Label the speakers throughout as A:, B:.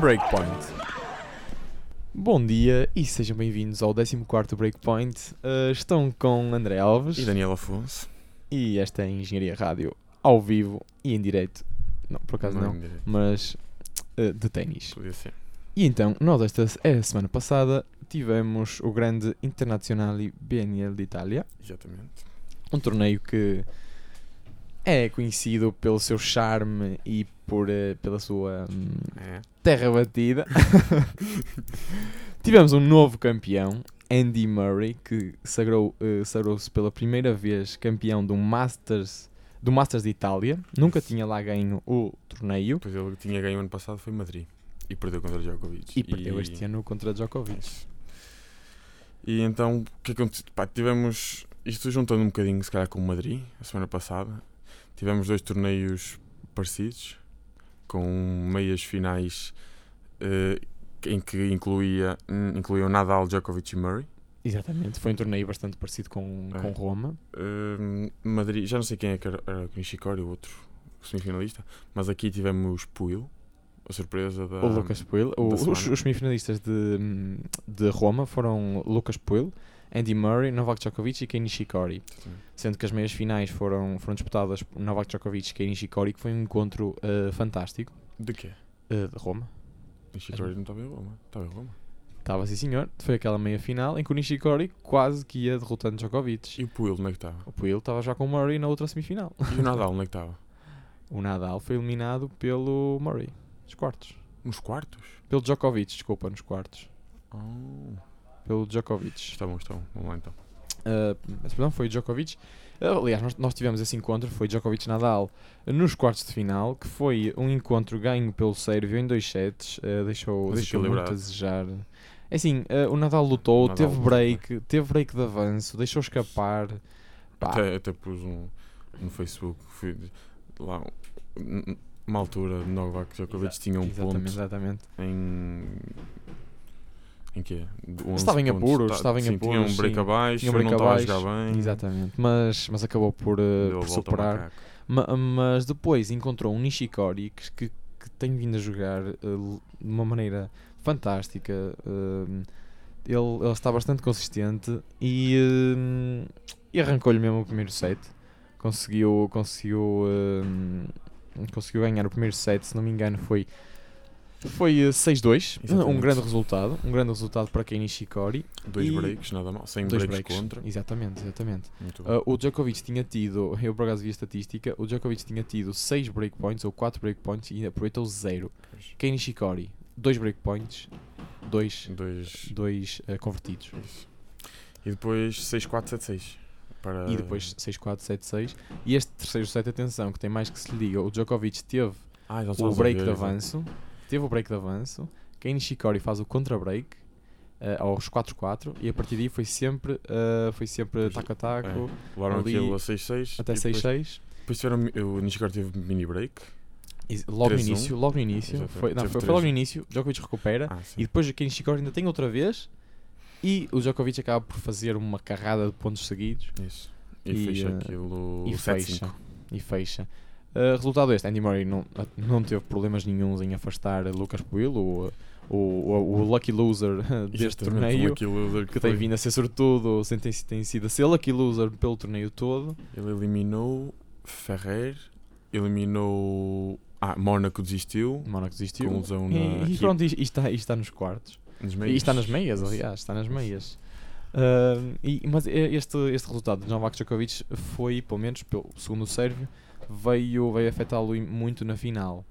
A: Breakpoint. Bom dia e sejam bem-vindos ao 14 Breakpoint. Uh, estão com André Alves
B: E Daniel Afonso?
A: e esta é a Engenharia Rádio ao vivo e em direto. Não, por acaso não,
B: em direito.
A: mas uh, de ténis.
B: é Podia ser.
A: E então, nós esta a semana passada tivemos o grande Internazionale Biennial d'Italia,
B: Exatamente.
A: um torneio que é conhecido pelo seu charme e por, eh, pela sua hum,
B: É.
A: terra batida. Tivemos um novo campeão, Andy Murray, que sagrou, eh, sagrou-se pela primeira vez campeão do Masters, do Masters de Itália. Nunca tinha lá ganho o torneio
B: Depois ele tinha ganho ano passado foi Madrid. E perdeu contra Djokovic.
A: e perdeu este ano contra Djokovic.
B: Isso. E então, o que aconteceu? Pá, tivemos. Isto juntando um bocadinho, se calhar, com o Madrid, a semana passada. Tivemos dois torneios parecidos, com meias finais eh, em que incluía, incluíam Nadal, Djokovic e Murray.
A: Exatamente, foi um torneio bastante parecido com,
B: É.
A: com Roma.
B: Hum, Madrid, já não sei quem é que era, era o Nishikori, o outro semifinalista, mas aqui tivemos Puil, a surpresa da.
A: o Lucas Puel, o-
B: semana.
A: os, os semifinalistas de, de Roma foram Lucas Puel, Andy Murray, Novak Djokovic e Kei Nishikori. Sendo que as meias finais foram, foram disputadas por Novak Djokovic e Kei Nishikori, que foi um encontro eh, fantástico
B: De quê?
A: eh, de Roma.
B: Nishikori não estava em Roma. Estava em Roma.
A: Estava assim, senhor. Foi aquela meia final em que o Nishikori quase que ia derrotando Djokovic.
B: E o Puil, onde é que estava?
A: O Puel estava já com o Murray na outra semifinal.
B: E o Nadal, onde é que estava?
A: O Nadal foi eliminado pelo Murray, nos quartos.
B: Nos quartos?
A: Pelo Djokovic, desculpa, nos quartos.
B: Oh.
A: Pelo Djokovic.
B: Está bom, está bom. Vamos lá então.
A: Uh, mas perdão, foi Djokovic. Uh, aliás, nós, nós tivemos esse encontro, foi Djokovic-Nadal nos quartos de final, que foi um encontro ganho pelo sérvio em dois sets, uh, deixou,
B: Mas
A: deixou muito a
B: equilibrado.
A: desejar. É Assim, uh, o Nadal lutou,
B: O Nadal
A: teve
B: lutou, né?
A: break, teve break de avanço, deixou escapar. Pá,
B: Até, até pus um, no Facebook, fui lá, um- uma altura, Novak Djokovic tinha um
A: exatamente,
B: ponto
A: exatamente.
B: em. Em quê? De 11
A: Estava em
B: pontos.
A: apuros,
B: Tá-
A: estava em
B: sim, Tinha
A: apuros,
B: um break
A: sim.
B: abaixo,
A: Tinha um break
B: não estava a
A: abaixo,
B: jogar bem.
A: Exatamente. Mas, mas acabou por, uh,
B: deu a
A: por
B: volta ao
A: superar.
B: macaco.
A: Ma- mas depois encontrou um Nishikori que, que, que tem vindo a jogar eh, l- de uma maneira fantástica. eh, ele, ele está bastante consistente e, eh, e arrancou-lhe mesmo o primeiro set. Conseguiu, conseguiu, eh, conseguiu ganhar o primeiro set, se não me engano, foi. Foi eh, 6-2, um
B: Exatamente.
A: grande resultado, um grande resultado para Kei Nishikori.
B: Dois
A: E-
B: breaks, nada mal. Sem
A: Dois
B: breaks,
A: breaks.
B: contra.
A: Exatamente, exatamente.
B: Muito bem.
A: Uh, o Djokovic tinha tido, eu por acaso vi a estatística, o Djokovic tinha tido 6 breakpoints ou 4 breakpoints e aproveitou 0.
B: Pois.
A: Kei Nishikori, 2 breakpoints, 2
B: Dois.
A: dois, uh, convertidos.
B: Isso. E depois 6-4-7-6. Para...
A: E depois 6-4, 7-6. E este terceiro set, atenção, que tem mais que se lhe diga, o Djokovic teve
B: Ah, então são
A: o
B: os
A: break de
B: dois,
A: avanço, teve o break de avanço, Kei Nishikori faz o contra-break uh, aos 4-4 e a partir daí foi sempre, uh, foi sempre
B: Pois,
A: taco a taco,
B: exato. Levaram
A: ali
B: aquilo a 6-6.
A: até
B: e depois-
A: 6-6.
B: Depois tiveram. O Nishikori teve mini break.
A: Ex- Logo no
B: 3-1.
A: início, logo no início,
B: Exatamente.
A: foi, não,
B: um? Ah, Teve
A: foi, foi
B: três. um.
A: logo no início, Djokovic recupera
B: Ah,
A: É. e
B: sim.
A: depois o Kenny Shikori ainda tem outra vez e o Djokovic acaba por fazer uma carrada de pontos seguidos
B: Isso. E,
A: e,
B: fecha
A: eh,
B: aquilo.
A: e
B: 7-5.
A: fecha. E fecha. Uh, resultado este, Andy Murray não, ah, não teve problemas nenhuns em afastar Lucas Puil, o, o, o, o lucky loser deste
B: Exatamente, um
A: torneio,
B: lucky loser que
A: que tem
B: foi.
A: vindo a ser sobretudo, sem- tem, tem sido a ser lucky loser pelo torneio todo.
B: Ele eliminou Ferrer, eliminou. Ah, Mónaco desistiu.
A: Mónaco desistiu.
B: Com lesão
A: E-
B: na
A: e,
B: equipe.
A: pronto, e, e está, e está nos quartos.
B: Nos
A: E está nas
B: meios.
A: meias, aliás, está nas meias. Ahm, e- mas e- este, este resultado de Novak Djokovic foi, pelo menos pelo segundo o sérvio, veio, veio afetá-lo im- muito na final.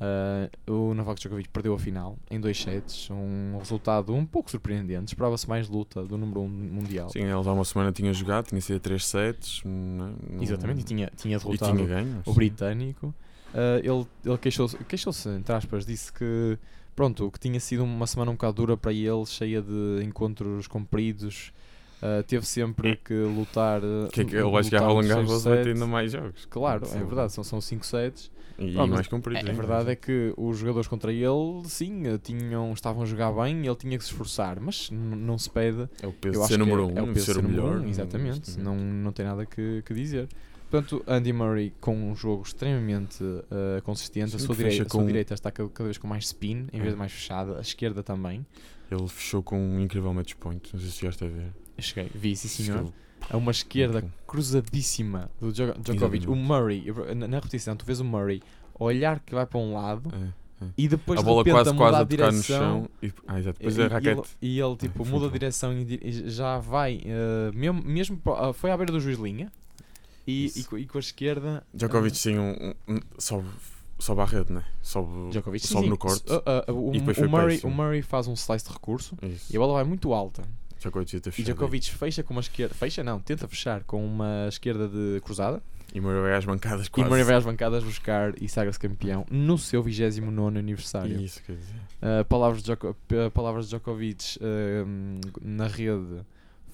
A: Ah, o Novak Djokovic perdeu a final em dois sets, um resultado um pouco surpreendente. Esperava-se mais luta do número 1 um mundial.
B: Sim, ele há uma semana tinha jogado, tinha sido 3 sets. não é? Não-
A: Exatamente, e tinha, tinha
B: E
A: derrotado
B: tinha ganho.
A: o britânico. Ah, ele ele queixou-se, queixou-se, entre aspas, disse que pronto, que tinha sido uma semana um bocado dura para ele, cheia de encontros compridos, Ah, teve sempre que lutar. ah,
B: É. Que é que ele vai
A: lutar
B: chegar a
A: nos
B: Roland
A: seis
B: Garros vai ter
A: sets.
B: ainda mais jogos.
A: Claro, é
B: Sim.
A: verdade, são, são cinco sets.
B: E
A: Pronto, mas
B: mais compridos.
A: A
B: ainda.
A: verdade é que os jogadores contra ele, sim, eh, tinham, estavam a jogar bem e ele tinha que se esforçar, mas n- não se pede.
B: É o peso
A: Eu
B: de
A: acho
B: ser
A: que
B: número
A: é,
B: um,
A: é o
B: de
A: peso
B: ser o
A: número
B: melhor.
A: um,
B: no-
A: exatamente,
B: neste
A: não,
B: momento.
A: não tem nada que, que dizer. Portanto, Andy Murray com um jogo extremamente eh, consistente, a
B: Sim,
A: sua,
B: que
A: direita,
B: fecha
A: a sua
B: com- um
A: direita está ca- cada vez com mais spin, em
B: É.
A: vez de mais fechada, a esquerda também.
B: Ele fechou com um incrível match point. Não sei se chegaste a ver.
A: Eu Cheguei, vi, sim senhor.
B: Escreveu-
A: a uma esquerda
B: Muito
A: cruzadíssima do Djo- Djokovic.
B: Exatamente.
A: O Murray, eu- na, na repetição, tu vês o Murray olhar que vai para um lado
B: É.
A: e depois
B: a bola
A: de repente
B: quase,
A: a
B: quase
A: mudar
B: a
A: de
B: tocar no
A: direção. É,
B: chão. E, ah, exato.
A: E,
B: Depois a
A: e ele,
B: raquete.
A: e ele, tipo
B: foi
A: muda a
B: bom.
A: direção e di- e já vai eh, mesmo, mesmo pa- ah, foi à beira do juiz de linha e,
B: Isso.
A: e co- e com a esquerda
B: Djokovic sim, um, um, sobe, sobe à rede, né? Sobe,
A: ah, Djokovic sim,
B: sobe
A: sim.
B: no corte.
A: Ah, ah, o,
B: e depois
A: o
B: foi para
A: Murray,
B: isso.
A: o Murray faz um slice de recurso
B: Isso.
A: e a bola vai muito alta
B: Djokovic ia ter
A: e
B: fechado
A: Djokovic fecha com uma esquerda fecha não tenta fechar com uma esquerda de cruzada
B: aí. E Murray vai às bancadas
A: E
B: quase.
A: Murray vai às bancadas buscar e sagra-se campeão no seu 29 aniversário.
B: Isso, quer dizer.
A: Uh, palavras, de Djoko- p- palavras de Djokovic um, na rede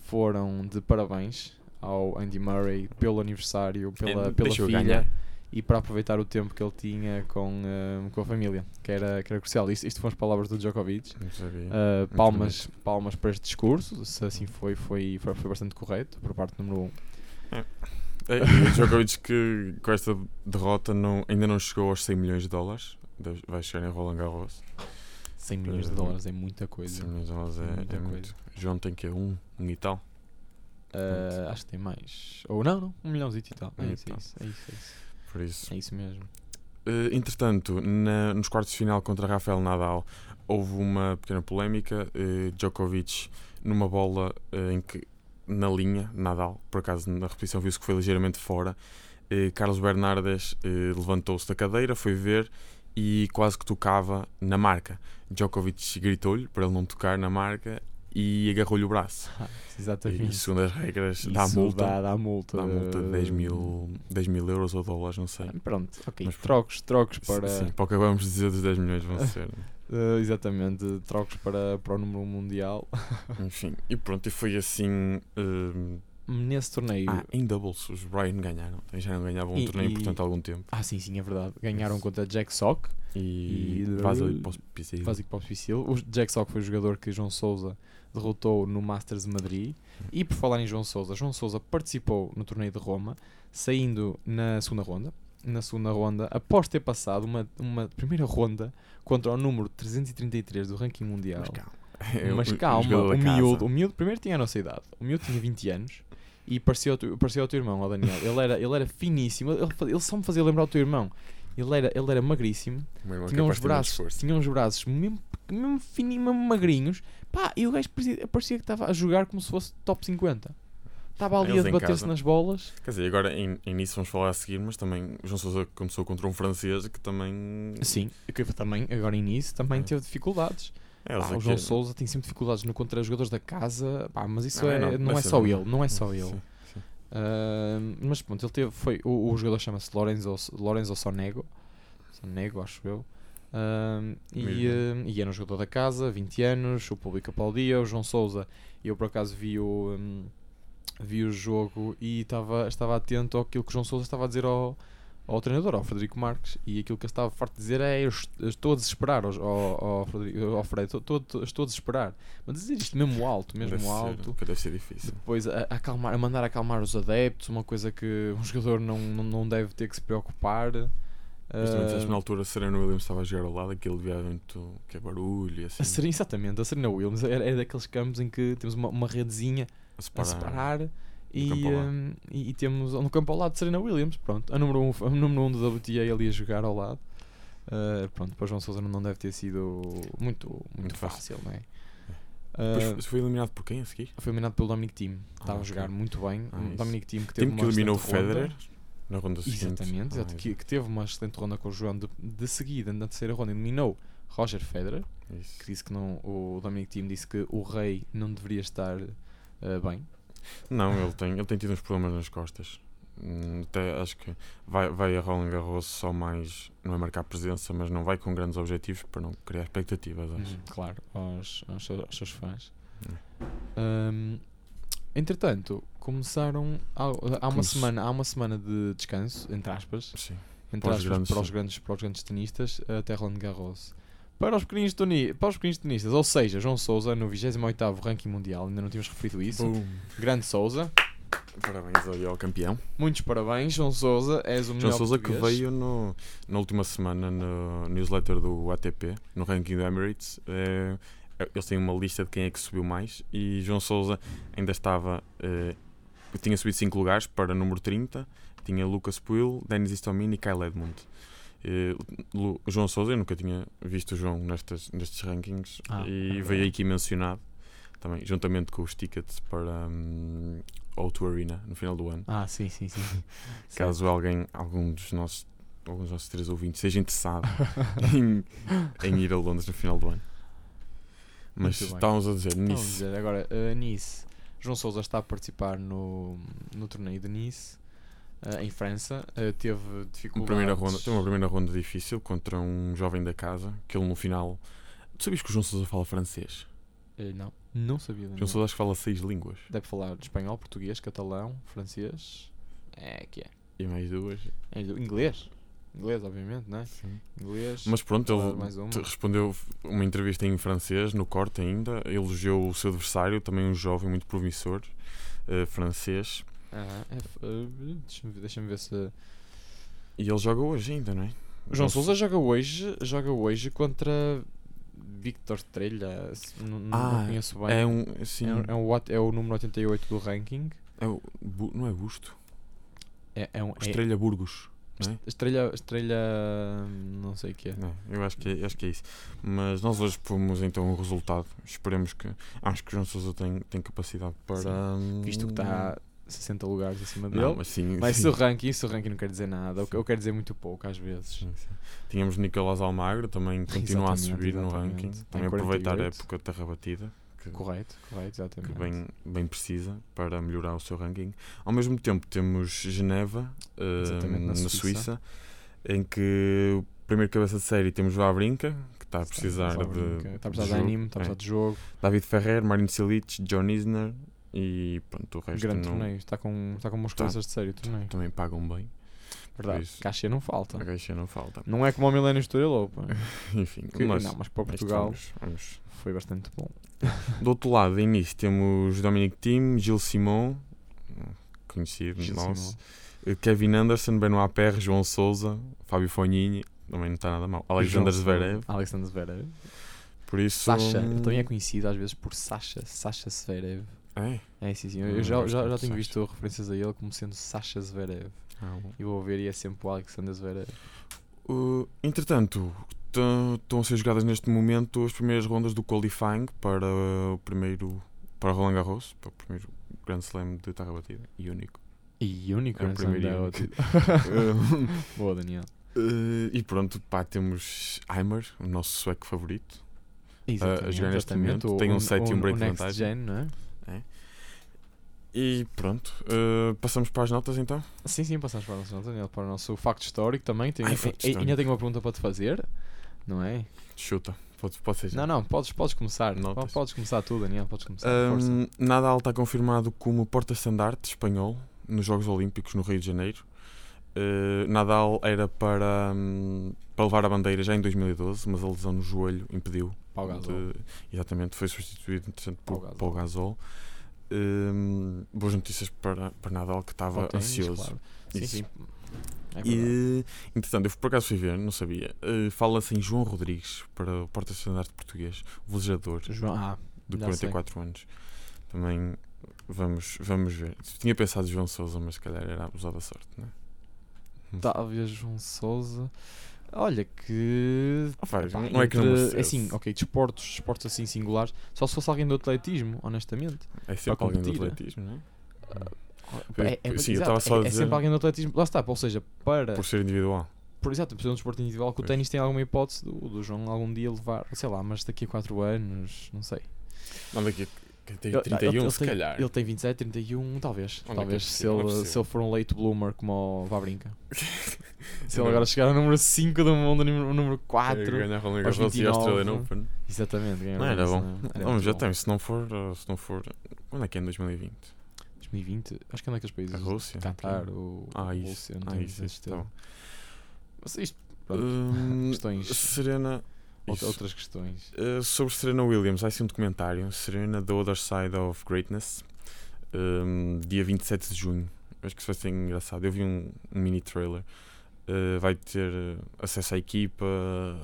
A: foram de parabéns ao Andy Murray pelo aniversário, pela,
B: É,
A: pela
B: deixa eu
A: filha
B: ganhar.
A: e para aproveitar o tempo que ele tinha com, um, com a família, que era, que era crucial. Isto, isto foram as palavras do Djokovic.
B: Não sabia.
A: Uh, palmas, palmas para este discurso, se assim foi, foi, foi, foi bastante correto por parte do número 1. Um.
B: É, e o Djokovic que com esta derrota não, ainda não chegou aos 100 milhões de dólares. Deve- Vai chegar em Roland Garros.
A: 100 milhões de
B: Uh,
A: dólares é muita coisa.
B: 100 milhões de dólares é,
A: Muita
B: é
A: coisa.
B: muito. João tem que é um, um e tal.
A: Ah,
B: Portanto.
A: acho que tem mais. Ou não, não. Um milhãozinho e tal. É
B: Um
A: isso, é
B: e
A: isso, é isso, é isso.
B: Por isso,
A: É isso mesmo.
B: Eh, entretanto, na- nos quartos de final contra Rafael Nadal, houve uma pequena polémica. eh, Djokovic, numa bola eh, em que, na linha, Nadal, por acaso na repetição viu-se que foi ligeiramente fora, eh, Carlos Bernardes eh, levantou-se da cadeira, foi ver e quase que tocava na marca. Djokovic gritou-lhe para ele não tocar na marca e agarrou-lhe o braço.
A: Ah, Exatamente.
B: E segundo as regras,
A: Isso
B: dá multa.
A: Dá, dá multa.
B: dá multa de 10 mil, 10 mil euros ou dólares, não sei.
A: Ah, Pronto, ok.
B: Mas pronto.
A: trocos, trocos para.
B: Sim, para o que acabamos de dizer dos 10 milhões vão ser.
A: Ah, exatamente, trocos para, para o número mundial.
B: Enfim, e pronto, e foi assim. hum,
A: Nesse torneio.
B: ah, em doubles, os Brian ganharam. Também Já não ganhavam um
A: E-
B: torneio,
A: e-
B: portanto, há algum tempo.
A: Ah, sim, sim, é verdade. Ganharam
B: Isso.
A: contra Jack Sock,
B: E,
A: E-
B: vaza ali para o PC.
A: básico para o Suicil. O Jack Sock foi o jogador que João Souza derrotou no Masters de Madrid.
B: Hum.
A: E por falar em João Souza, João Souza participou no torneio de Roma, saindo na segunda ronda. Na segunda ronda, após ter passado uma, uma primeira ronda contra o número 333 do ranking mundial.
B: Mas
A: Mas
B: calma.
A: calma,
B: É, o- o
A: o,
B: jogador da casa.
A: miúdo, o miúdo primeiro tinha a nossa idade. O miúdo tinha 20 anos e parecia ao teu, parecia ao teu irmão, ao Daniel. Ele era, ele era finíssimo, ele, fa- ele só me fazia lembrar o teu irmão. Ele era, ele era magríssimo
B: O meu irmão
A: tinha
B: é
A: uns
B: capaz de ter muito
A: braços,
B: esforço.
A: tinha uns braços mesmo, mesmo fininhos, mesmo magrinhos. Pá, e o gajo parecia, parecia que estava a jogar como se fosse top 50. Estava ali
B: Eles
A: a
B: em
A: debater-se
B: casa.
A: nas bolas.
B: Quer dizer, agora em, em nisso vamos falar a seguir, mas também o João Sousa começou contra um francês que também.
A: Sim, que também, agora início, também
B: É.
A: teve dificuldades.
B: É,
A: Pá,
B: eles
A: Ah, o
B: aqui-
A: João Souza tem sempre dificuldades no contra jogadores da casa, pá, mas isso
B: Não,
A: é,
B: é
A: não,
B: não,
A: é
B: essa
A: só
B: não.
A: ele, não é só ele.
B: Sim.
A: Ahm, mas pronto, ele teve, foi, o, o jogador chama-se Lorenzo, Lorenzo Sonego, Sonego acho eu, Ahm, e, ahm, e era um jogador da casa, 20 anos, o público aplaudia, o João Souza, eu por acaso vi o, ahm, vi o jogo e estava, estava atento àquilo que o João Souza estava a dizer ao, ao treinador, ao Frederico Marques, e aquilo que ele estava farto de dizer é eu est- eu estou a desesperar ao, ao, ao, Frederico, ao Fred, estou, estou, estou a desesperar, mas dizer isto mesmo alto, mesmo
B: Deve ser,
A: alto... Ah.
B: que Deve ser difícil.
A: Depois a, a acalmar- a mandar acalmar os adeptos, uma coisa que um jogador não, não, não deve ter que se preocupar.
B: Mas também disseste
A: Ah,
B: que na altura a Serena Williams estava a jogar ao lado, aquele via muito que é barulho e assim.
A: a Serena, exatamente, a Serena Williams era, era daqueles campos em que temos uma, uma redezinha
B: a
A: a
B: separar.
A: separar e,
B: campo ao lado.
A: hum, e, e temos no campo ao lado de Serena Williams, pronto, a número 1 um, a número um do WTA ali a jogar ao lado. Ah, pronto, para o João Sousa não deve ter sido muito, muito,
B: Muito
A: fácil,
B: fácil.
A: não é?
B: Depois
A: Ah,
B: foi- foi eliminado por quem a seguir?
A: foi eliminado pelo Dominic Thiem, estava a
B: ok.
A: jogar muito bem.
B: Ah,
A: o
B: isso.
A: Dominic Thiem que teve
B: Time
A: uma
B: que eliminou o
A: excelente ronda.
B: Federer na ronda seguinte.
A: Exatamente,
B: Ah,
A: exato, que, que teve uma excelente ronda com o João de, de seguida, na terceira ronda, eliminou Roger Federer,
B: isso.
A: que disse que não, o Dominic Thiem disse que o rei não deveria estar eh, bem.
B: Não, ele tem, ele tem tido uns problemas nas costas. Hum, Até acho que vai, vai a Roland Garros só mais. Não é marcar presença, mas não vai com grandes objetivos para não criar
A: hum,
B: expectativas. acho.
A: Uhum, claro, aos, aos, seus, aos seus fãs.
B: Hum.
A: Ahm, Entretanto, começaram há, há uma
B: Come-
A: semana, há uma semana de descanso, entre aspas,
B: Sim.
A: entre
B: Para os
A: aspas,
B: grandes,
A: para, os
B: sim.
A: grandes, para os grandes tenistas até Roland Garros. Para os pequeninos, toni- para os pequeninos tenistas, ou seja, João Sousa no 28º ranking mundial, ainda não tínhamos referido isso. é
B: Boom.
A: Grande Sousa,
B: Parabéns aí ao campeão.
A: muitos parabéns, João Sousa, és o melhor
B: João Souza que
A: português.
B: veio no, na última semana no newsletter do ATP, no ranking do Emirates. Eh, eles têm uma lista de quem é que subiu mais e João Souza ainda estava. eh, tinha subido 5 lugares para número 30. Tinha Lucas Puil, Denis Istomin e Kyle Edmund. Eh, Lu- João Souza, eu nunca tinha visto o João nestas, nestes rankings
A: Ah, é
B: e
A: verdade.
B: veio aqui mencionado também, juntamente com os tickets para hum, O2 Arena no final do ano.
A: Ah, sim, sim, sim. sim.
B: Caso alguém, algum dos nossos, alguns dos nossos três ouvintes seja interessado em, em ir a Londres no final do ano. Mas
A: Muito bem.
B: estávamos a dizer
A: Vamos
B: nisso.
A: dizer, agora, eh, Nice. João Sousa está a participar no, no torneio de Nice, eh, em França. Eh, teve
B: Uma
A: dificuldades.
B: primeira ronda, teve uma primeira ronda difícil contra um jovem da casa, que ele no final. Tu sabias que o João Sousa fala francês?
A: Eh, não, não sabia.
B: O
A: Daniel.
B: João Sousa acho que fala seis línguas.
A: Deve falar de espanhol, português, catalão, francês. É, que é.
B: E mais duas.
A: É, Inglês. Inglês, obviamente, não é? Inglês.
B: Mas pronto,
A: falar
B: ele
A: mais uma.
B: te- respondeu uma entrevista em francês, no corte ainda, elogiou o seu adversário, também um jovem muito promissor, eh, francês.
A: Aham, é f- eh, Deixa-me ver- deixa-me ver se.
B: E ele joga hoje ainda, não é?
A: João
B: Sou-
A: Sousa joga hoje, joga hoje contra Victor Trelha. se- n- n-
B: Ah,
A: não conheço bem.
B: É um. Sim,
A: É, um- é um wat- é o número 88 do ranking.
B: é o Bu- não é Busto?
A: É, é um. é-
B: Estrela Burgos. não é?
A: estrelha. Estrelha. Não sei o que é.
B: Não, eu acho que, é, acho que é isso. Mas nós hoje pomos então o resultado. Esperemos que. Acho que o João Souza tem, tem capacidade para. hum,
A: Visto que está 60 lugares acima dele.
B: Não, mas sim.
A: Mas
B: sim.
A: se o ranking, isso o ranking não quer dizer nada. O que Eu quero dizer é muito pouco às vezes.
B: Sim, sim. Tínhamos Nicolás Almagro também continua a
A: Exatamente,
B: subir no
A: exatamente.
B: ranking.
A: Tem
B: Também aproveitar a
A: 48.
B: época de terra batida. Que,
A: Correto, correto,
B: que
A: exatamente.
B: bem, bem precisa para melhorar o seu ranking. Ao mesmo tempo temos Geneva, eh,
A: Exatamente, na
B: na,
A: Suíça.
B: Suíça. em que o primeiro cabeça de série temos Vavrinka, que está tá a precisar
A: Está a
B: de,
A: brincar. Está a precisar de
B: jogo.
A: ânimo, está a
B: É.
A: precisar de jogo.
B: David Ferrer, Marino Silic, John Isner e pronto, o resto
A: Grande
B: não-
A: torneio. Está com, está com umas
B: Tá.
A: coisas de sério o torneio.
B: também pagam bem.
A: Verdade.
B: isso-
A: Caixa não falta.
B: A caixa não falta.
A: Não é como o Millennium Estoril Open.
B: Enfim,
A: Tá. que-
B: mas,
A: não, mas para
B: mas
A: Portugal
B: estamos- vamos
A: foi bastante bom.
B: Do outro lado, em início, temos Dominic Thiem, Gil Simon, conhecido
A: Gil
B: nosso,
A: Simão.
B: Kevin Anderson, Benoit Perre, João Souza, Fábio Fognini, também não está nada mal, Alexander
A: João
B: Zverev, um-
A: Alexander Zverev.
B: por isso...
A: Sasha. Ele também é conhecido às vezes por Sasha. Sasha Zverev.
B: É?
A: É, sim, sim. Eu,
B: Eu
A: eu já,
B: gosto
A: já,
B: muito
A: já
B: de
A: tenho
B: Sasha.
A: visto referências a ele como sendo Sasha Zverev.
B: Ah, bom.
A: E vou ver e é sempre o Alexander Zverev.
B: Uh, entretanto, tã- estão a ser jogadas neste momento as primeiras rondas do qualifying para o primeiro... Para Roland Garros, para o primeiro Grand Slam de terra batida e único.
A: E único
B: É o
A: Grand
B: primeiro
A: Slam da
B: único.
A: OT. Boa, Daniel.
B: Uh, e pronto, pá, temos Heimer, o nosso sueco favorito.
A: Exatamente.
B: jogar neste
A: exatamente.
B: momento,
A: O-
B: tem um
A: o-
B: set e um
A: o-
B: break
A: o
B: de
A: next
B: vantagem.
A: Gen, não é?
B: E pronto, eh, passamos para as notas então.
A: Sim, sim, passamos para o nosso, Daniel, para o nosso facto histórico também. Tenho,
B: Ai, facto
A: e- e- Ainda
B: histórico.
A: tenho uma pergunta para te fazer, não é?
B: Chuta, pode, pode ser.
A: Não,
B: já.
A: não, podes, podes começar.
B: Notas.
A: Po- Podes começar tu, Daniel, podes começar. força.
B: Ahm, Nadal está confirmado como porta-estandarte espanhol nos Jogos Olímpicos no Rio de Janeiro. Eh, Nadal era para, hum, para levar a bandeira já em 2012, mas a lesão no joelho impediu.
A: Pau Gasol.
B: de- exatamente, foi substituído entretanto, por
A: Pau Gasol.
B: Paul Gasol. Hum, boas notícias para, para Nadal que estava
A: Ao ténis,
B: ansioso.
A: claro. Sim,
B: Isso.
A: sim. É verdade.
B: E, entretanto, eu por acaso fui ver, não sabia. eh, Fala-se em João Rodrigues para o porta-estandarte português, o velejador
A: João, ah,
B: de
A: já sei.
B: 44 anos. Também vamos, vamos ver. Tinha pensado João Souza, mas se calhar era abusado da sorte, não é?
A: Talvez João Souza. Olha que.
B: Ah, vai,
A: Epá,
B: não é que não
A: entre-
B: merecesse.
A: Assim, ok, desportos, desportos assim singulares. Só se fosse alguém do atletismo, honestamente.
B: É sempre alguém do
A: competir, é?
B: atletismo, não é?
A: É, é-
B: Sim, eu
A: exato,
B: estava só
A: é-
B: a
A: é
B: dizer-
A: sempre alguém do atletismo. Lá está, ou seja, para.
B: Por ser individual.
A: Por exemplo, por ser um desporto individual, que o
B: Pois.
A: ténis tem alguma hipótese do, do João algum dia levar, sei lá, mas daqui a 4 anos, não sei.
B: Não, daqui que tem
A: Ele- ele-
B: 31,
A: ele
B: se
A: tem-
B: calhar.
A: Ele tem 27, 31, talvez.
B: Onde é que é
A: talvez se,
B: possível? Não é
A: ele, se
B: possível.
A: ele for um late bloomer como o Vabrinca. se
B: Eu
A: ele
B: não-
A: agora chegar ao número 5 do mundo, número, número
B: Era
A: 4.
B: Ganhar Roland
A: aos
B: Garros e
A: 29.
B: Australian Open.
A: Exatamente, ganhou
B: É, Não era
A: isso,
B: bom.
A: né? Era
B: Não,
A: muito
B: já
A: bom.
B: tem. Se não for. eh, Se não for. Quando é que é em 2020?
A: 2020, acho que é naqueles países.
B: A Rússia?
A: Qatar ou
B: Ah,
A: ou
B: isso.
A: Rússia, não
B: Ah,
A: tenho
B: isso. isso, tá
A: certeza.
B: bom.
A: Mas isto, pronto,
B: Hum,
A: questões,
B: Serena.
A: ou-
B: isso.
A: outras questões.
B: Uh, sobre Serena Williams, há assim um documentário, Serena The Other Side of Greatness, um, dia 27 de junho. Acho que isso vai ser engraçado. Eu vi um, um mini trailer. Uh, vai ter uh, acesso à equipa,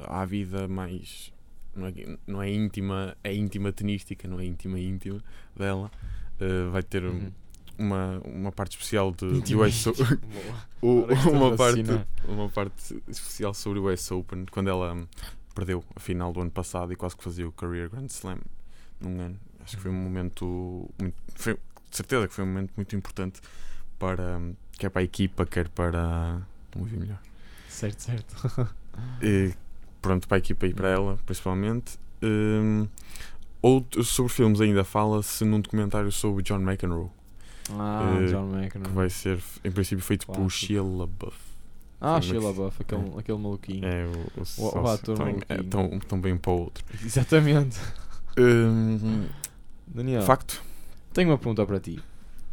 B: à vida mais. Não é, não é íntima, é íntima tenística, não é íntima, íntima dela. Uh, vai ter um-
A: Uhum.
B: uma, uma parte especial de, de
A: Intimidade.
B: US Open.
A: Uhum. Boa.
B: O-
A: Agora assim, estou
B: uma,
A: a
B: parte,
A: raciocinar.
B: uma parte especial sobre o US Open, quando ela hum, perdeu a final do ano passado e quase que fazia o Career Grand Slam num ano. Acho que foi um
A: Uhum.
B: momento. Muito, foi, de certeza que foi um momento muito importante para. hum, quer para a equipa, quer para. Não ouvi melhor.
A: Uhum. Certo, certo.
B: E, pronto, para a equipa e para
A: Uhum.
B: ela, principalmente. Hum, outro, sobre filmes ainda fala-se num documentário sobre John McEnroe,
A: Ah,
B: Eh,
A: John
B: que
A: McEnroe.
B: vai ser, em princípio, feito por
A: Clássico.
B: Shia LaBeouf.
A: Ah,
B: Foi
A: Sheila
B: muito-
A: Buff, aquele, aquele maluquinho.
B: É, o, o, sócio.
A: ator
B: Tão- é,
A: maluquinho.
B: tão, tão bem para o outro.
A: Exatamente.
B: Hum,
A: Daniel,
B: Facto?
A: tenho uma pergunta para ti.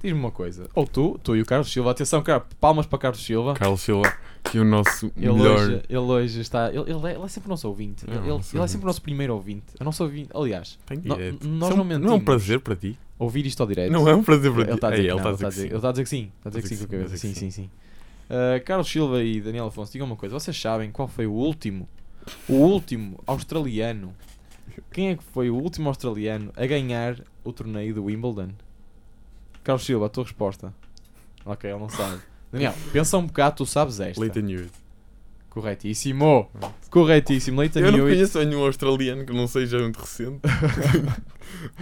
A: Diz-me uma coisa. Ou tu, tu e o Carlos Silva, atenção, cara, palmas para Carlos Silva.
B: Carlos Silva, que é o nosso
A: Ele
B: melhor.
A: hoje, ele hoje está. Ele, ele, é, ele é sempre o nosso ouvinte.
B: É,
A: Ele, ele-
B: nosso
A: ele é
B: ouvinte.
A: sempre o nosso primeiro ouvinte. A nosso ouvinte. Aliás,
B: Tem
A: no-
B: direito.
A: nós
B: Isso é
A: não
B: um- Não é um
A: mentimos.
B: prazer para ti?
A: ouvir isto ao direto.
B: Não é um prazer para ti?
A: Ele está a
B: É,
A: dizer que
B: ele
A: não,
B: está a
A: ele está a
B: dizer
A: dizer-
B: que Tá
A: ele está a dizer que sim. Está a dizer que sim com a cabeça. Sim, sim, sim. Ah, Carlos Silva e Daniel Afonso, digam uma coisa. Vocês sabem qual foi o último, o último australiano? Quem é que foi o último australiano a ganhar o torneio do Wimbledon? Carlos Silva, a tua resposta. Ok, ele não sabe. Daniel, pensa um bocado, tu sabes esta.
B: Leighton Hewitt.
A: Corretíssimo. Corretíssimo. Leighton
B: Eu não
A: Hewitt.
B: conheço nenhum australiano que não seja muito recente.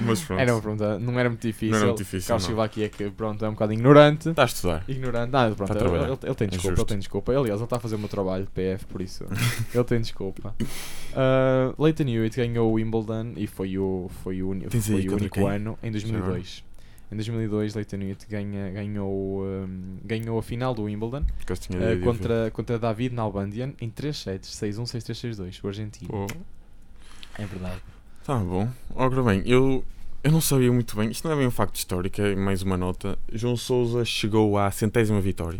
B: Mas pronto.
A: Era uma pergunta, É, não era muito difícil.
B: Não era muito difícil,
A: Carlos
B: não.
A: Silva aqui é que, pronto, é um bocado ignorante.
B: Está Tá a estudar.
A: Ignorante. Não, pronto,
B: Tá a
A: ele,
B: trabalhar.
A: ele- ele tem desculpa,
B: justo.
A: ele tem desculpa. Aliás, ele está a fazer o meu trabalho de PF, por isso ele tem desculpa. Uh, Leighton Hewitt ganhou o Wimbledon e foi o, foi o, uni-
B: Tens aí é
A: foi o
B: contra
A: único
B: quem?
A: ano em 2002. Em 2002, Leighton Hewitt ganha, ganhou, um, ganhou a final do Wimbledon
B: que eu tinha
A: uh,
B: ideia de ver.
A: contra, contra David Nalbandian em 3 sets, 6-1, 6-3, 6-2, o argentino.
B: Pô,
A: É verdade.
B: Tá bom. Ora bem, eu, eu não sabia muito bem. Isto não é bem um facto histórico, é mais uma nota. João Souza chegou à centésima vitória.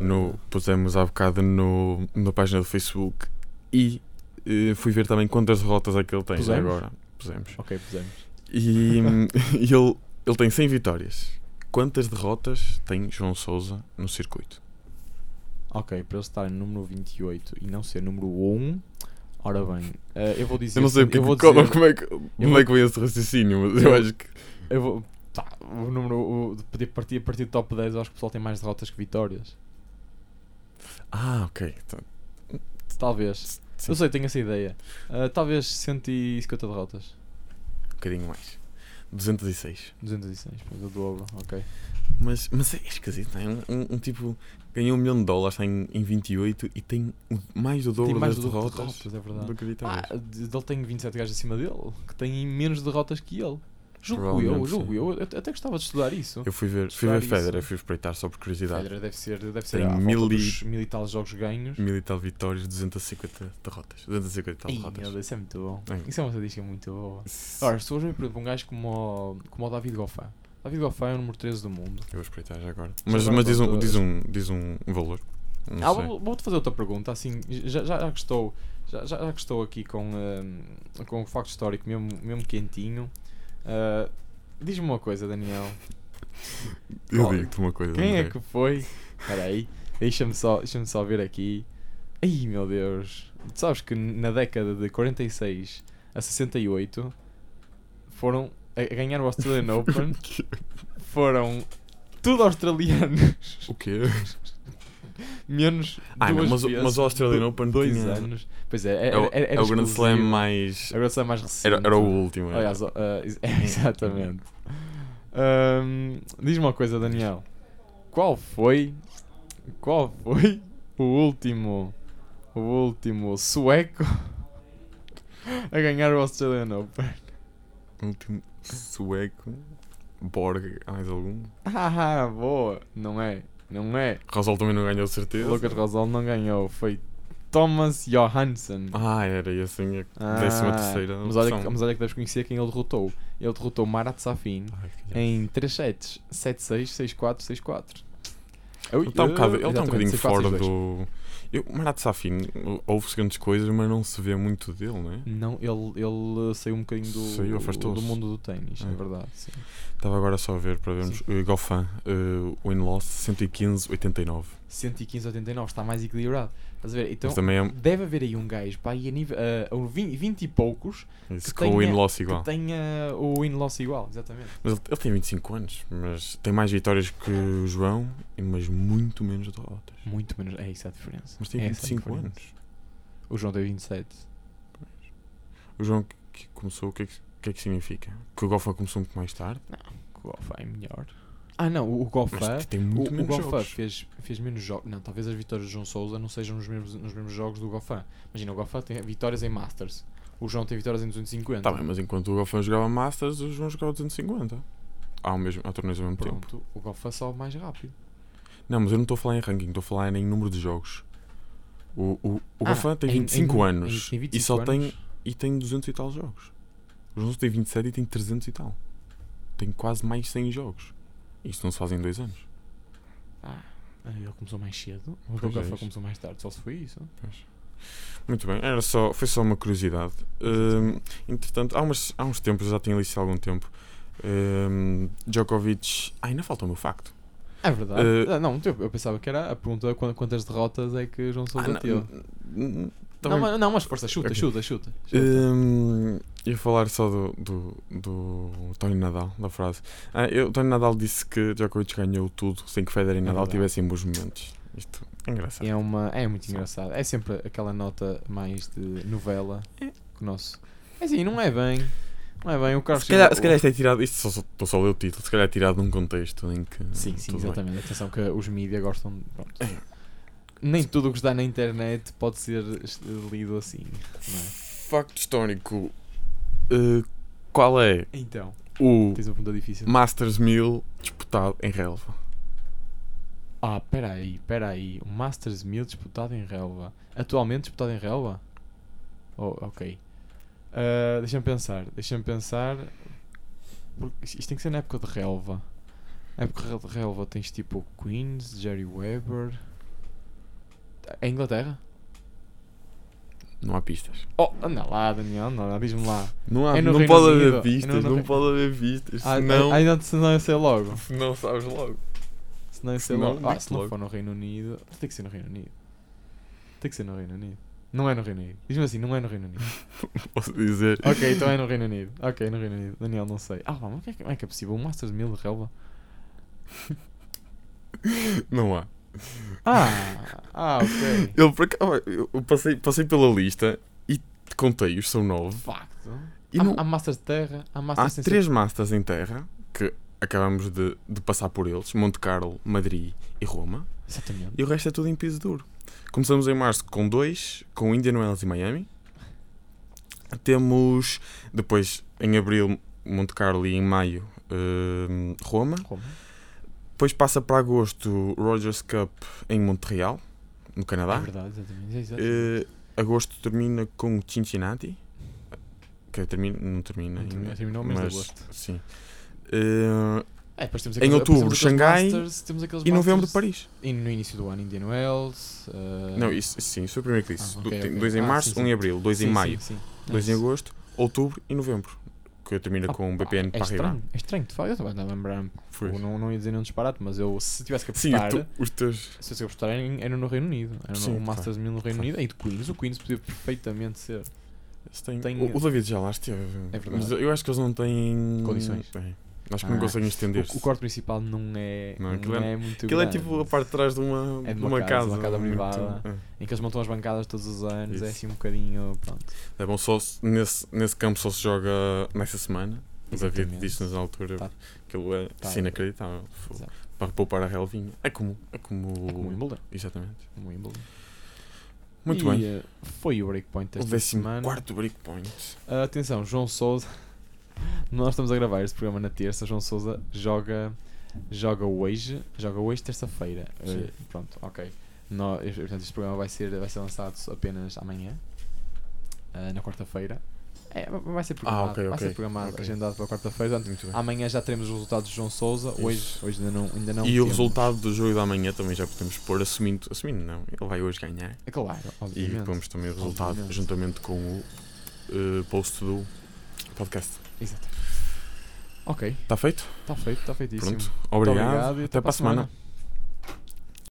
B: no, pusemos há bocado no, na página do Facebook e eh, fui ver também quantas derrotas é que ele tem já
A: Pusemos?
B: agora. Pusemos.
A: Ok, é. pusemos.
B: E, hum, e ele, ele tem 100 vitórias. Quantas derrotas tem João Souza no circuito?
A: Ok, para ele estar em número 28 e não ser número 1, ora bem, uh, eu vou dizer.
B: Eu não sei porque,
A: eu vou
B: como,
A: dizer-
B: como é que, onde
A: vou-
B: é que vem esse raciocínio, mas eu,
A: Eu-
B: acho que.
A: Eu vou. Tá, o número. O, de partir, a partir do top 10, eu acho que o pessoal tem mais derrotas que vitórias.
B: Ah, ok. Então,
A: Talvez.
B: Sim.
A: Eu sei, tenho essa ideia. Ah, talvez 150 derrotas.
B: um bocadinho mais. 206.
A: 206, pois eu dobro, ok.
B: Mas, mas é esquisito, não é? Um, um- um tipo ganhou um milhão de dólares em, em 28 e tem o- mais do dobro
A: tem mais
B: das
A: do dobro de
B: derrotas.
A: derrotas, é verdade.
B: do que vitórias.
A: Ah, de- ele tem 27 gajos acima dele, que têm menos derrotas que ele. Julgo eu,
B: Provavelmente,
A: julgo
B: sim.
A: eu. Eu até gostava de estudar isso.
B: Eu fui ver, fui
A: Estudar
B: ver
A: isso.
B: Federer, fui espreitar só por curiosidade.
A: Federer deve ser, deve ser
B: Tem
A: à volta
B: mil e-
A: dos mil e tal jogos ganhos.
B: Mil e tal vitórias, 250 derrotas. 250 e tal
A: Ih,
B: derrotas.
A: meu Deus, isso é muito bom.
B: É.
A: Isso é uma estatística muito boa.
B: S-
A: Ora, se hoje me perguntam um gajo como o, como o David Goffin. David Goffin é o número 13 do mundo.
B: Eu vou espreitar já agora. Mas,
A: agora
B: mas diz, um,
A: pronto,
B: diz, um, diz um valor. Não
A: Ah,
B: sei.
A: vou- Vou-te fazer outra pergunta, assim, já, já, já que estou, já, já já que estou aqui com, hum, com o facto histórico mesmo, mesmo quentinho, ah, diz-me uma coisa, Daniel.
B: Eu
A: qual-
B: digo-te uma coisa.
A: Quem é
B: André.
A: que foi? Espera aí, deixa-me só, deixa só ver aqui. Ai meu Deus, tu sabes que na década de 46 a 68 foram a a ganhar o Australian Open, foram tudo australianos,
B: O quê?
A: menos
B: Ah, não,
A: duas
B: mas, o-
A: vezes,
B: mas o Australian
A: do-
B: Open
A: dois
B: tinha-
A: anos. Pois é,
B: É
A: era,
B: o,
A: era, era
B: é o Grand
A: exclusivo.
B: Slam mais.
A: Era o Grand Slam mais recente.
B: Era, era o último. é. Era.
A: Aliás, ó, ah, ex- é, exatamente. Ahm, Diz-me uma coisa, Daniel. Qual foi. Qual foi o último. O último sueco a ganhar o Australian Open?
B: último sueco. Borg, há mais algum?
A: Ah, boa! Não é, não é.
B: Rosal também não ganhou de certeza.
A: O Lucas Rosal não ganhou. Foi Thomas Johansson.
B: Ah, era e assim a
A: Ah,
B: décima terceira.
A: mas olha, que-
B: opção.
A: mas olha que deves conhecer quem ele derrotou. Ele derrotou Marat Safin
B: Ai, que-
A: em 3 sets: 7-6, 6-4, 6-4.
B: Ele está um
A: eh,
B: bocado, ele tá um bocadinho fora do. Eu, Marat Safin, ouve-se grandes coisas, mas não se vê muito dele, não é?
A: Não, ele, ele uh, saiu um bocadinho do,
B: Saiu, afastou-se.
A: do mundo do ténis, é
B: Ah.
A: verdade. sim.
B: Estava agora só a ver para vermos. Uh, Golfan, uh, win-loss 115-89.
A: 115-89, está mais equilibrado. Estás a ver? Então,
B: Mas também é
A: deve haver aí um gajo pá, aí a nível, ah, a 20, e poucos
B: isso,
A: que
B: com o
A: tenha-
B: win-loss igual.
A: que tenha o win-loss igual, exatamente.
B: Mas ele, ele tem 25 anos, mas tem mais vitórias que o João, mas muito menos derrotas.
A: Muito menos, é isso a diferença.
B: Mas tem
A: É essa a
B: 25
A: diferença.
B: anos.
A: O João tem 27.
B: O João que, que começou, o que é que, o que é que significa? Que o Golfan começou muito mais tarde,
A: O Golfá é melhor. Ah, não, o Golfá.
B: mas tem
A: O,
B: muito
A: o
B: menos
A: Golfá
B: jogos.
A: fez, fez menos jogos. Não, talvez as vitórias do João Souza não sejam nos mesmos, nos mesmos jogos do Golfá. Imagina, o Golfá tem vitórias em Masters. O João tem vitórias em 250.
B: Tá bem, mas enquanto o Golfan jogava Masters, o João jogava 250. Há, o mesmo, há torneios ao mesmo tempo.
A: Pronto, o Golfá sobe mais rápido.
B: Não, mas eu não estou a falar em ranking, estou a falar em número de jogos. O, o, o
A: Ah,
B: Gafan tem
A: em-
B: 25
A: em-
B: anos
A: em- tem
B: e só
A: 25
B: tem
A: anos.
B: e tem 200 e tal jogos. O João Sousa tem 27 e tem 300 e tal. Tem quase mais 100 jogos. Isto não se faz em dois anos.
A: Ah, ele começou mais cedo. O
B: Pois é
A: Golfá
B: isso.
A: começou mais tarde, só se foi isso.
B: Muito bem, era só, foi só uma curiosidade. Hum, entretanto, há, umas, há uns tempos, já tenho listo há algum tempo, hum, Djokovic. Ah, ainda falta o meu facto.
A: É verdade.
B: Eh,
A: Ah, não, eu eu pensava que era a pergunta quan- quantas derrotas é que João
B: Ah,
A: Souza
B: não,
A: teve.
B: não,
A: Não,
B: também-
A: mas, não, mas força, chuta,
B: Ok. Eh,
A: chuta, chuta. chuta.
B: Hum, ia falar só do, do, do Tony Nadal, da frase. Ah, eu, o Tony Nadal disse que Djokovic ganhou tudo sem que Federer e Nadal
A: verdade.
B: tivessem bons momentos. Isto é engraçado.
A: É, uma, é muito
B: Sim.
A: engraçado. É sempre aquela nota mais de novela que o nosso. É assim, não é bem. Não é bem o Carlos
B: Se calhar,
A: Silva-
B: se calhar isto é tirado, isto só, só, estou só a ler o título, se calhar é tirado num contexto em que.
A: Sim, sim,
B: tudo bem. É.
A: exatamente. Atenção que os mídias gostam de. Pronto. Nem tudo o que está na internet pode ser este, lido assim.
B: Facto histórico: Uh, qual é
A: Então,
B: o
A: tens uma pergunta difícil.
B: Masters 1000 disputado em relva?
A: Ah, peraí, peraí. O Masters 1000 disputado em relva. Atualmente disputado em relva? Oh, ok. Ah, deixa-me pensar, deixa-me pensar. Porque isto isto tem que ser na época de relva. Na época de relva tens tipo Queens, Jerry Weber. É Inglaterra?
B: Não há pistas.
A: Oh, anda lá, Daniel, anda lá, diz-me lá.
B: Não, há,
A: É no
B: não
A: Reino
B: pode
A: Unido.
B: haver
A: É no-
B: pistas,
A: no
B: não
A: Reino-
B: pode haver pistas.
A: Ah,
B: senão,
A: ah, Ainda se não eu sei logo.
B: senão sabes logo.
A: Se não eu sei
B: Se não,
A: logo. Ah,
B: digo-te
A: se não
B: logo.
A: for no Reino Unido. Tem que ser no Reino Unido. Tem que ser no Reino Unido. Não é no Reino Unido. Diz-me assim, não é no Reino Unido.
B: Posso dizer.
A: Ok, então é no Reino Unido. Ok, no Reino Unido. Daniel, não sei. Ah, lá, mas como é que, como é que é possível? Um Masters 1000 de relva?
B: Não há.
A: Ah, ah, ok.
B: Eu, por aca- olha, eu passei, passei pela lista e contei-os, são nove.
A: Facto.
B: E
A: há,
B: não-
A: Ah, há Masters de terra, há
B: há
A: Masters sem ser-
B: três masters em terra que acabamos de, de passar por eles: Monte Carlo, Madrid e Roma.
A: Exatamente.
B: E o resto é tudo em piso duro. Começamos em março com dois, com Indian Wells e Miami. Temos depois em abril Monte Carlo e em maio hum, Roma.
A: Como?
B: Depois passa para agosto Rogers Cup em Montreal, no Canadá.
A: É verdade, exatamente. É exatamente.
B: Eh, agosto termina com o Cincinnati. Que termina, não termina.
A: Não termina,
B: ainda,
A: termina o mês de
B: mas,
A: agosto.
B: Sim. Eh,
A: É, depois temos
B: em
A: aqueles- depois
B: outubro,
A: temos aqueles
B: Xangai
A: Masters, temos aqueles
B: e novembro
A: Masters-
B: de Paris.
A: E no início do ano, Indian Wells. eh,
B: Não, isso, sim, isso foi o primeiro que disse.
A: Ah,
B: Do-
A: ok,
B: tem
A: ok.
B: Dois em
A: Ah,
B: março,
A: sim,
B: um
A: sim.
B: em abril, dois em
A: sim,
B: maio,
A: Sim, sim.
B: dois em
A: Nice.
B: agosto, outubro e novembro. Que termina com o BPN
A: é
B: para arribar.
A: estranho, é estranho, de facto. Eu estava a lembrar-me. Eu Não, não ia dizer nenhum disparate, mas eu, se tivesse que
B: Sim,
A: apostar.
B: eu tô- os teus.
A: Se eu tivesse que apostar, era em- era no Reino Unido. Era
B: Sim,
A: no Masters 1000 no Reino
B: claro.
A: Unido. E de Queens, o Queens podia perfeitamente ser.
B: eles têm-
A: Tem-
B: O, o David já lá esteve.
A: É verdade.
B: Mas eu acho que eles não têm.
A: Condições.
B: É. Acho que não
A: Ah,
B: conseguem estender-se.
A: O, o corte principal não é,
B: Não,
A: não,
B: aquilo é-
A: é, muito
B: Aquilo é
A: grande.
B: tipo a parte de trás de uma,
A: É
B: de uma casa.
A: uma casa
B: muito-
A: privada.
B: é.
A: Em que eles montam as bancadas todos os anos. É
B: Isso.
A: assim um bocadinho. Pronto.
B: É bom, só se- nesse, nesse campo só se joga nessa semana. O David
A: Exatamente.
B: disse-nos na altura
A: Tá.
B: que ele é
A: Tá.
B: assim, inacreditável. Fo-
A: Exato.
B: Para poupar a relvinha. É como. É como.
A: É como o Wimbledon.
B: Exatamente.
A: como o Wimbledon.
B: Muito
A: E,
B: bem.
A: eh, Foi o breakpoint
B: O
A: desta
B: décimo
A: semana.
B: quarto breakpoint.
A: Ah, atenção, João Souza. Nós estamos a gravar este programa na terça. João Souza joga, joga hoje, joga hoje terça-feira.
B: Sim.
A: Ah, pronto, ok. Nó- e- portanto, este programa vai ser, vai ser lançado apenas amanhã, ah, na quarta-feira. É, vai ser programado,
B: ok,
A: vai ser
B: ok,
A: programado
B: ok.
A: agendado para quarta-feira. Portanto,
B: Muito bem.
A: Amanhã já teremos os resultados de João Souza. Hoje,
B: Isso.
A: hoje ainda não, ainda não
B: e o
A: temos.
B: resultado do jogo da manhã também já podemos pôr, assumindo, assumindo não, ele vai hoje ganhar.
A: É Claro, obviamente.
B: E pomos também o resultado
A: Obviamente.
B: juntamente com o eh, post do podcast.
A: Exato. Ok,
B: Está feito?
A: está Tá feito, está feitíssimo.
B: Pronto.
A: Muito
B: Obrigado.
A: e
B: Até para a semana.